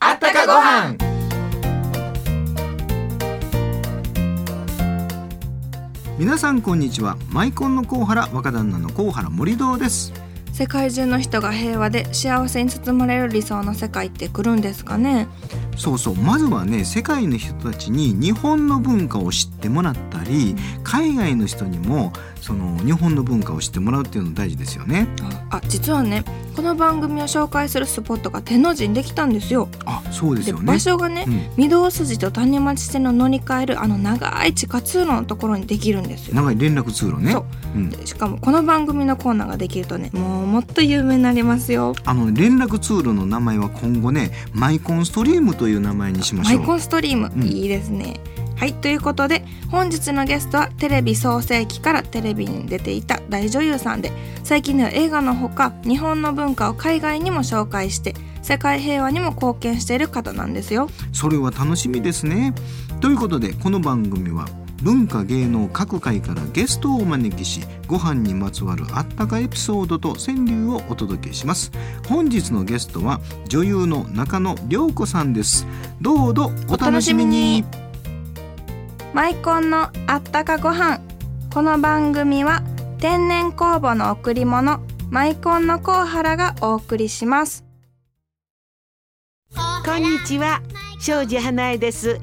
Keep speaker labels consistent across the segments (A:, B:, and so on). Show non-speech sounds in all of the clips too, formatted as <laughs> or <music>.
A: 朝ごはん
B: 皆さんこんにちはマイコンのコウハラ若旦那のコウハラ森堂です
A: 世界中の人が平和で幸せに包まれる理想の世界って来るんですかね
B: そうそうまずはね世界の人たちに日本の文化を知ってもらったり海外の人にもその日本の文化を知ってもらうっていうの大事ですよね
A: あ実はねこの番組を紹介するスポットが天王寺にできたんですよ
B: あそうです
A: で
B: よね
A: 場所がね、
B: うん
A: 御堂筋と谷町線の乗り換えるあの長い地下通路のところにできるんですよ
B: 長い連絡通路ね
A: そうんでしかもこの番組のコーナーができるとねもうもっと有名になりますよ
B: あの連絡ツールの名前は今後ねマイコンストリームという名前にしま
A: マ
B: し
A: イ
B: ょ
A: コ
B: う
A: ンストリーム、
B: うん
A: いいですねはいということで本日のゲストはテレビ創世期からテレビに出ていた大女優さんで最近では映画のほか日本の文化を海外にも紹介して世界平和にも貢献している方なんですよ
B: それは楽しみですねということでこの番組は文化芸能各界からゲストをお招きしご飯にまつわるあったかエピソードと川柳をお届けします本日のゲストは女優の中野涼子さんですどうぞお楽しみに
A: マイコンのあったかご飯この番組は天然酵母の贈り物マイコンのコウハラがお送りします
C: こんにちは庄司花江です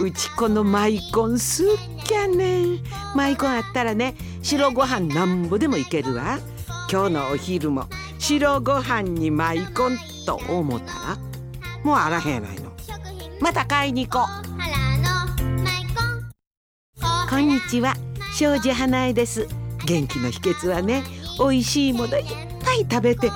C: うちこのマイコンすっきゃねマイコンあったらね白ご飯なんぼでもいけるわ今日のお昼も白ご飯にマイコンと思ったらもうあらへんやないのまた買いに行こうこんにちは庄司花江です元気の秘訣はね美味しいものいっぱい食べていっ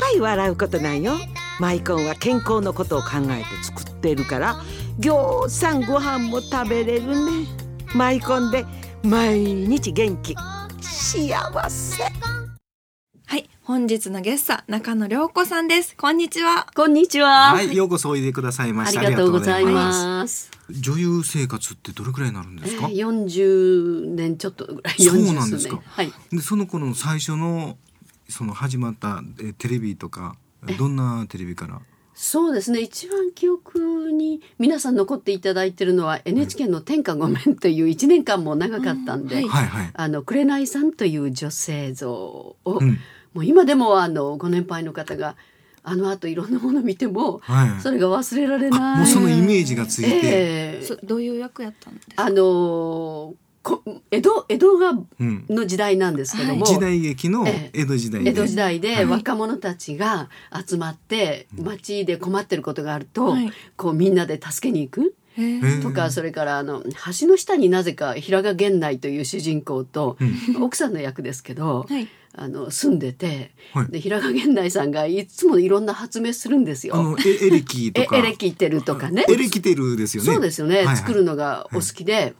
C: ぱい笑うことなんよマイコンは健康のことを考えて作っているからぎょうさんご飯も食べれるねマイコンで毎日元気幸せ
A: はい本日のゲストは中野涼子さんですこんにちは
D: こんにちは。
B: はい、ようこそおいでくださいま
D: あ
B: し
D: り
B: た
D: がとうござい
B: あ
D: ます。
B: りがとうございます女優生活ってどれくらいになるんですか、
D: 四十年ちょっとぐらい。
B: そうなんですか
D: 40数年はい。
B: でその頃の最初のその始まったえーテレビとかどんなテレビから
D: そうですね。一番記憶に皆さん残っていただいてるのは NHK の天下御免という一年間も長かったんで、
A: うん
B: はいはい、
D: あの紅さんという女性像を、
B: うん
D: もう今でもあのご年配の方があの後いろんなもの見ても、
B: はい、
D: それが忘れられない。
B: あもうそのイメージがついて、
D: ええ
A: そどういう役やったんですか
D: あのこ江戸江戸が
B: うん、
D: の時代なんですけども、
B: 時代劇の
D: え
B: 江戸時代で、
D: 江戸時代
B: は
D: で
B: い
D: 若者たちが集まって町で困ってることがあると、
A: はい
D: こうみんなで助けに行く
A: へー
B: え
D: とか、それからあの橋の下になぜか平賀源内という主人公と、奥さんの役ですけど、
A: はい
D: あの住んでて、
B: はい
D: で平賀源内さんがいつもいろんな発明するんです
B: あ
D: よ。
B: のエエレキと
D: え
B: か
D: エレキテルとかね。
B: エレキテルですよね
D: そうですよね、
B: はいはい
D: 作るのがお好きで、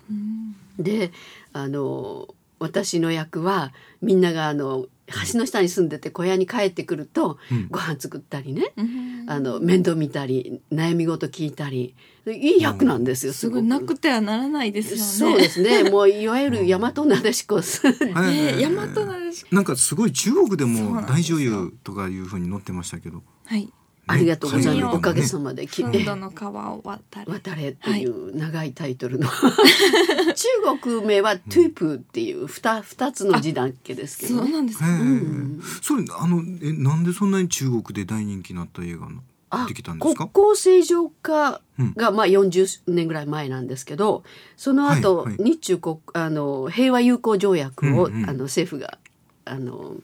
D: であの私の役はみんながあの橋の下に住んでて小屋に帰ってくると、
B: ん
D: ご飯作ったりね、
A: うん
D: あの面倒見たり悩み事聞いたりいい役なんですよ、
A: す
D: す
A: ご
D: ご
A: い
D: く。
A: なくてはならないですよね。
D: そうですねもういわゆる大和なでしこす
B: はいはい
A: ねえ大和なでしこ
B: なんかすごい中国で
A: そうな
B: も
A: ん
B: 大
A: ですよ
B: 女優とかいうふうに載ってましたけど、ね
A: はい。
D: <laughs> ありがとうござい
B: 海外で
D: ま
B: も
D: す
B: ね
D: おかげさまでき
A: 今度の川を渡る。
D: 渡れという長いタイ
A: <laughs>
D: トルの、中国名はトゥープーっていう二二つの字だっけですけ
A: そ
D: ど、
A: う
D: ね、
A: なんです
B: へえ
A: ね。
B: それあのえなんでそんなに中国で大人気になった映画のできたんですか
D: 国交正常化がまあ40年ぐらい前なんですけど、その後、
B: はいはい
D: 日中国あの平和友好条約を、
B: うんうん
D: あの政府があの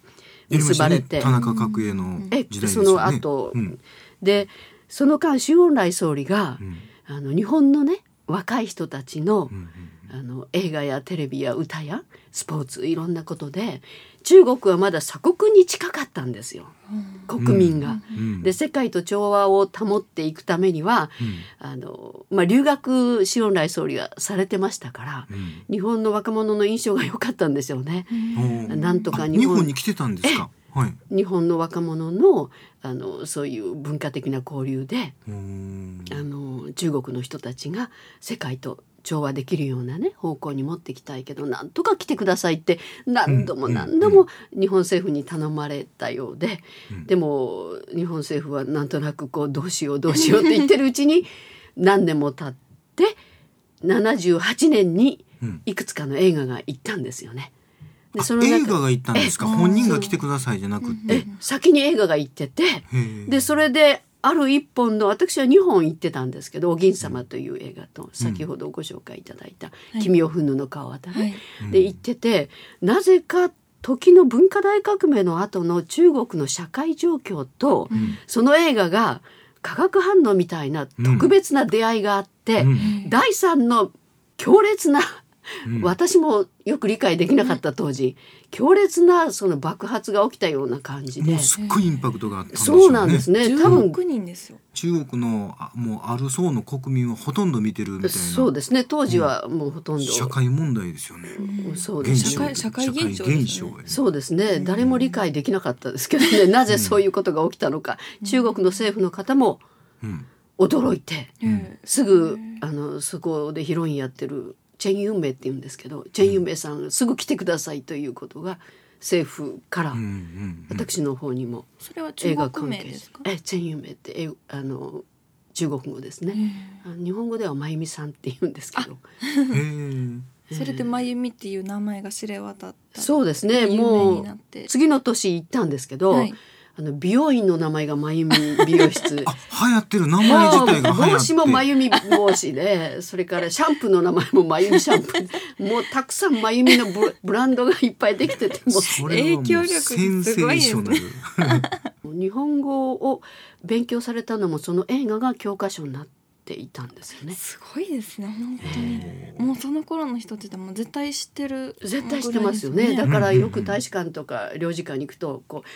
B: やりまし
D: 結
B: た
D: ば
B: ね
D: れて、
B: 田中角栄の時代
D: え
B: です
D: そ
B: よね
D: の後、
B: うん
D: でその間周恩来総理が、
B: ん
D: あの日本のね若い人たちの,、
B: ん
D: あの映画やテレビや歌やスポーツいろんなことで中国はまだ鎖国に近かったんですよ国民が。
B: うん
D: で世界と調和を保っていくためには、あのまあ、留学周恩来総理がされてましたから、
B: ん
D: 日本の若者の印象が良かったんでしょうね。
B: おー
D: なんとか
B: あ
D: 日
B: 日
D: 本
B: 本に来てたんですか。はい。
D: 日本の若者のあのそういう文化的な交流で
B: うーん
D: あの中国の人たちが世界と調和できるようなね方向に持っていきたいけどなんとか来てくださいって何度も何度も日本政府に頼まれたようで、
B: うん
D: でも日本政府はなんとなくこうどうしようどうしようって言ってるうちに何年も経って78年に
B: うん
D: いくつかの映画が行ったんですよね。で
B: あ
D: その中
B: 映画が行ったんですか
A: え
B: 本人が来てくださいじゃなくって
D: え先に映画が行ってて。
B: へえ
D: でそれである一本の私は2本行ってたんですけど「お銀様」という映画と先ほどご紹介いただいた「
A: はい
D: 君を踏むの川渡
A: はい
D: り」で行っててなぜか時の文化大革命の後の中国の社会状況と
B: ん
D: その映画が化学反応みたいな特別な出会いがあって
B: うん
D: 第三の強烈な
B: うん
D: 私もよく理解できなかった当時強烈なその爆発が起きたような感じ
B: も
D: で
B: う。すっごいインパクトがあったんでしょうね
D: そうなんですね多分
A: 16人ですよ。
B: 中国のあもうある層の国民はほとんど見てるみたいな
D: そうですね当時はもうほとんど、
B: 社会問題ですよね
D: そうで
B: 現
D: す
B: 象
A: 社会社会現象で
B: 社会
A: すよね
B: 現象や
D: そうですね誰も理解できなかったですけどねなぜそういうことが起きたのか、中国の政府の方も
B: うん
D: 驚いて
A: え
D: すぐあのそこでヒロインやってるチェン・ユンメイって言うんですけどチェン・ユンメイさんすぐ来てくださいということが政府から
B: うんうんうん
D: 私の方にも
A: えそれは
D: 映
A: 中
D: 画
A: 国
D: 関
A: 名
D: 係
A: ですか。
D: えチェン・ユンメイって英語あの中国語ですね、あ日本語ではまゆみさんって言うんですけど
B: へ
A: それでまゆみっていう名前が知れ渡った。
D: そうですね
A: 有名
D: も
A: に
D: う
A: なって
D: 次の年行ったんですけど、
A: はい
D: あの美容院の名前がまゆみ美容
B: <laughs>
D: 室
B: あ流行ってる名前自体が流行って
D: 帽子もまゆみ帽子でそれからシャンプーの名前もまゆみシャンプーもうたくさんまゆみのブ
B: <laughs>
D: ブランドがいっぱいできてても
B: それはもう
A: 影響力すごいですね
B: センセーショナル
D: う日本語を勉強されたのもその映画が教科書になっていたんですよね。
A: すごいですね本当に。もうその頃の人って言ったらもう絶対知ってる。
D: 絶対してますよねだからよく大使館とか領事館に行くとこう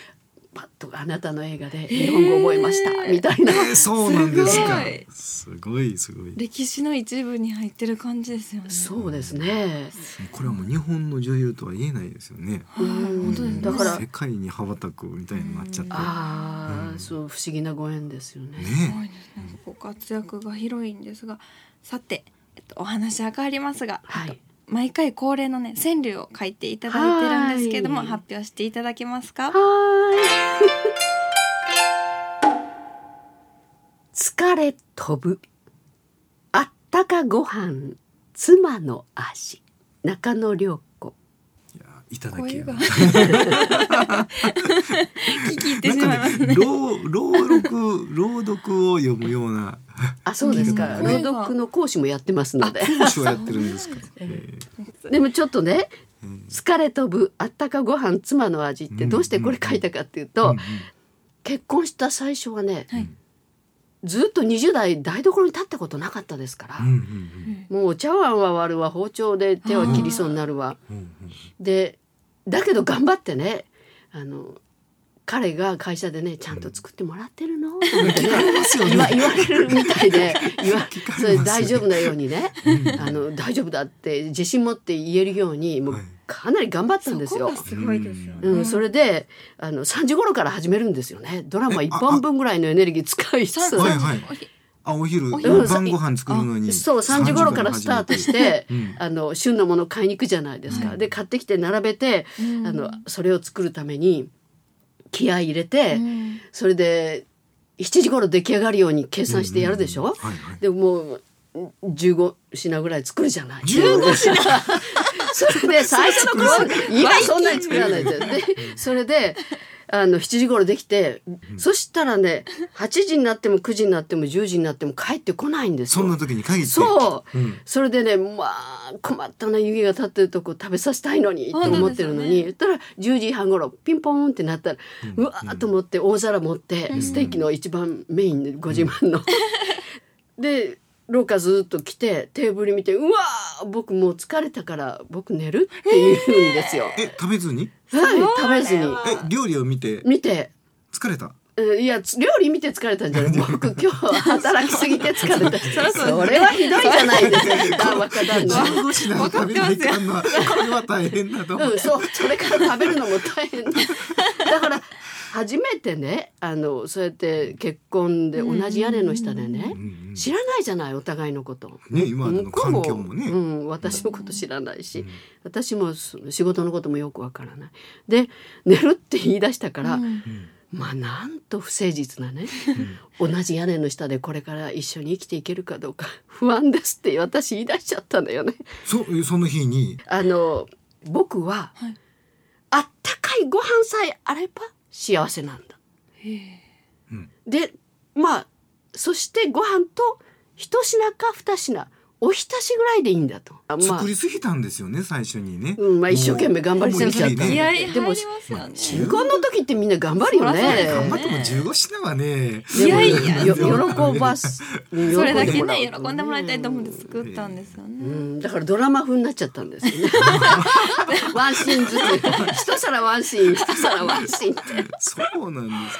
D: パッとあなたの映画で日本語覚えましたみたいな
B: えそうなんですかす
A: す
B: ごいすごい
A: 歴史の一部に入ってる感じですよね。
D: そうですね。
B: これはもう日本の女優とは言えないですよね
A: はい本当ですね。
D: だから
B: 世界に羽ばたくみたいになっちゃって
D: ああ、
B: うん
D: そう不思議なご縁ですよね。
A: すご
B: ね
A: いですね。ご活躍が広いんですが、さて、えっと、お話は変わりますが、
D: はい。
A: 毎回恒例のね川柳を書いていただいてるんですけども
D: はい
A: 発表していただけますか。
D: はーい。疲れ飛ぶ。あったかご飯。妻の足。中野良子。
B: いやいただけ
A: 声 <laughs>
B: る
A: が
B: な
A: 聞き入ってしまいま
B: ん
A: す
B: か
A: ね。
B: ね朗朗読朗読を読むような
D: あ、そうですか。
A: うん
D: 朗読の講師もやってますので。
B: 講師をやってるんですか。え
D: でもちょっとね。
B: えうん
D: 疲れ飛ぶあったかご飯妻の味ってどうしてこれ書いたかっていうと、
B: うん
D: 結婚した最初はね、
A: はい
D: ずっと20代台所に立ったことなかったですから、
B: うんうん
D: もうお茶碗は割るわ包丁で手は切りそうになるわ
B: うんうんうん
D: でだけど頑張ってねあの彼が会社でねちゃんと作ってもらってるのってね言わ言われるみたいで言わ
B: 聞かれます
D: そ
B: よね
D: れ大丈夫なようにねあの大丈夫だって自信持って言えるようにもう
B: はい
D: かなり頑張ったんですよ。
A: そこがすごいですよね。
D: うん、それであの3時頃から始めるんですよねドラマ
B: え
D: 1本分ぐらいのエネルギー使いつ
A: さ
D: つ、
A: ん
B: はい
A: さん
B: はい
A: おひ
B: あお昼
A: お昼
B: 晩ご飯作るのに
D: そう3時頃からスタートして、
B: うん
D: あの旬のもの買いに行くじゃないですか、で買ってきて並べて、
A: うん
D: あのそれを作るために気合い入れて、
A: うん
D: それで7時頃出来上がるように計算してやるでしょ、
B: はいはい
D: でももう15品ぐらい作るじゃない
B: 15品
D: <laughs> それで最初の頃今そんなに作らないじゃんでそれであの7時頃できて、そしたらね8時になっても9時になっても10時になっても帰ってこないんです
B: そ
D: よ。
B: んな時に限って
D: そう、
B: ん
D: それでねまあ困ったな湯気が立ってるとこ食べさせたいのにって思ってるのに、言ったら10時半頃ピンポーンってなったら、うわーと思って大皿持って、ステーキの一番メインでご自慢の。 <laughs> で廊下ずっと来てテーブル見て「うわー僕もう疲れたから僕寝る」って言うんですよ。
B: え食べずに
D: はい、食べずに
B: え料理を見て
D: 見て
B: 疲れた
D: うんいやつ料理見て疲れたん
B: <laughs>
D: じゃない僕今日は働きすぎて疲れたそれはひどいじゃないですか
B: <laughs>
D: 談話か男女
B: 15品を食べないかんのはこれは大変だと思う <laughs>
D: うん、そうそれから食べるのも大変だだから初めてねあのそうやって結婚で同じ屋根の下でね、
B: うん
D: 知らないじゃないお互いのこと。
B: ね今の
D: 向こう
B: 環境もね
D: うん、私のこと知らないし、私もその仕事のこともよくわからない。で寝るって言い出したから、
A: うん
D: まあなんと不誠実なね、同じ屋根の下でこれから一緒に生きていけるかどうか不安ですって私言い出しちゃったんだよね。
B: そその日に
D: あの僕は、
A: はい
D: あったかいご飯さえあれば幸せなんだ。でまあそしてご飯と一品か二品おひたしぐらいでいいんだと。あまあ
B: 作りすぎたんですよね最初にね。
D: うんまあ一生懸命頑張りすぎちゃった
B: もう
A: 気合い入
D: で
A: り
D: も
A: ますよね。
D: 新婚の時ってみんな頑張るよ
A: そらそうだよ
B: 頑
D: ね。
B: 張っても15品はね。
A: いやいや
D: よ喜ばす。
A: それだけ
D: 喜んでもら
A: ね喜
D: う
A: んでもらいたいと思って作ったんですよ
D: う
A: ね。
D: ん、だからドラマ風になっちゃったんですよね。
A: <laughs>
D: ワンシーンずつ、一皿ワンシーン、一皿ワンシーンって。
B: そうなんです。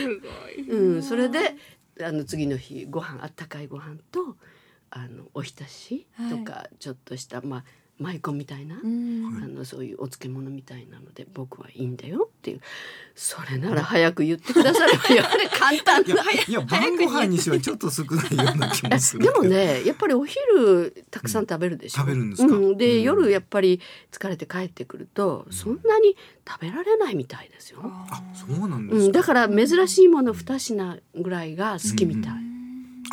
A: すごい。
D: うん、それで、あの次の日、ご飯、あったかいご飯と。あのおひたしとか、ちょっとした、まあ、舞妓みたいな。
A: うん
D: あのそういうお漬物みたいなので僕はいいんだよっていうそれなら早く言ってくださればよあれ簡単
B: いや
D: だ
B: いや晩ご飯にしてはちょっと少ないような気もするけ
D: で
B: ど。
D: もねやっぱりお昼たくさん食べるでしょ、
B: うん食べるんですか
D: うで、
B: うん
D: 夜やっぱり疲れて帰ってくるとそんなに食べられないみたいですよ、
B: あそうなん
D: う
B: で
D: ん
B: すか。
D: だから珍しいもの二品ぐらいが好きみたい、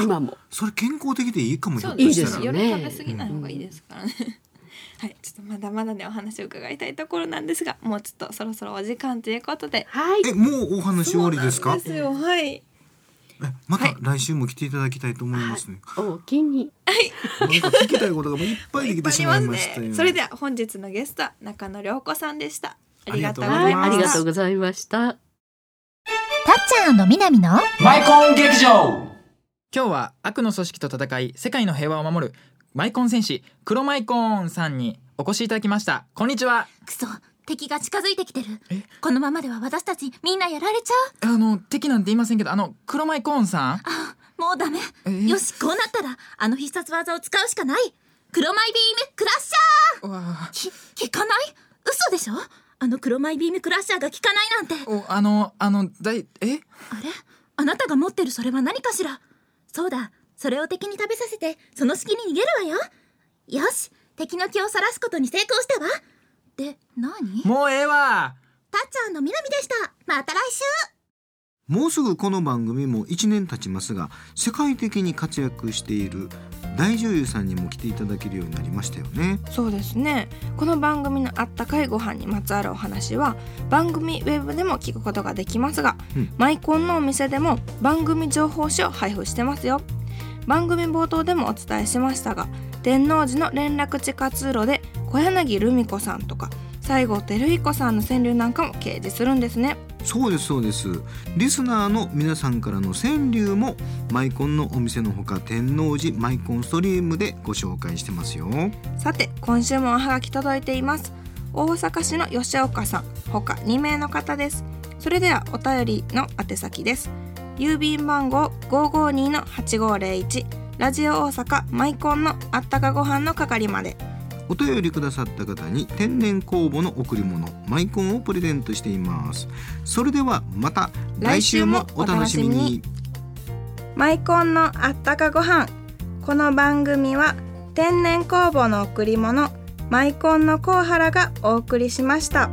D: 今も
B: それ健康的でいいかもひょっと
D: いい
B: し
D: で
B: た
D: す
B: ら
D: よ
A: 夜
D: ね
A: 食べ過ぎない方がいいですからね。 <laughs> はい、ちょっとまだまだねお話を伺いたいところなんですが、もうちょっとそろそろお時間ということで。
D: はい
B: えもうお話終わりですか
A: そうなんですよはい。
B: えまた来週も来ていただきたいと思いますね、
D: お気に
B: なんか聞きたいことがもういっぱいで
A: い
B: き
A: っぱ
B: て
A: いあ
B: し
A: り
B: ま
A: ま
B: い
A: す
B: ま
D: <laughs>
B: したよ、
A: ね。それでは本日のゲストは中野良子さんでした。ありがとうご
D: は
A: ざ
D: い
A: いま
D: あ
A: し
D: り
A: た
D: が。とうございました
E: たっちゃん南の
F: マイコン劇場
G: 今日は悪の組織と戦い世界の平和を守るマイコン戦士黒マイコンさんにお越しいただきましたこんにちは
H: くそ敵が近づいてきてる
G: え
H: このままでは私たちみんなやられちゃう
G: あの敵なんて言いませんけどあの黒マイコーンさん
H: もうダメ
G: え
H: よしこうなったらあの必殺技を使うしかない黒マイビームクラッシ
G: うわ
H: ャーき効かない嘘でしょあの黒マイビームクラッシャーが効かないなんて
G: おあのあのだいえ
H: あれあなたが持ってるそれは何かしらそうだそれを敵に食べさせてその隙に逃げるわよよし敵の気をさらすことに成功したわで何
G: もうええわ
H: たっちゃんのみなみでしたまた来週
B: もうすぐこの番組も1年経ちますが世界的に活躍している大女優さんにも来ていただけるようになりましたよね
A: そうですねこの番組のあったかいご飯にまつわるお話は番組ウェブでも聞くことができますが、
B: うん
A: マイコンのお店でも番組情報誌を配布してますよ番組冒頭でもお伝えしましたが天王寺の連絡地下通路で小柳ルミ子さんとか西郷輝彦さんの川柳なんかも掲示するんですね
B: そうですそうですリスナーの皆さんからの川柳もマイコンのお店のほか天王寺マイコンストリームでご紹介してますよ
A: さて今週もおはがき届いています大阪市の吉岡さん他2名の方ですそれではお便りの宛先です郵便番号552-8501ラジオ大阪マイコンのあったかご飯の係まで
B: お便りくださった方に天然酵母の贈り物マイコンをプレゼントしていますそれではまた来週もお楽しみ
A: 来週もお楽しみ
B: に
A: にマイコンのあったかご飯この番組は天然酵母の贈り物マイコンのコウハラがお送りしました。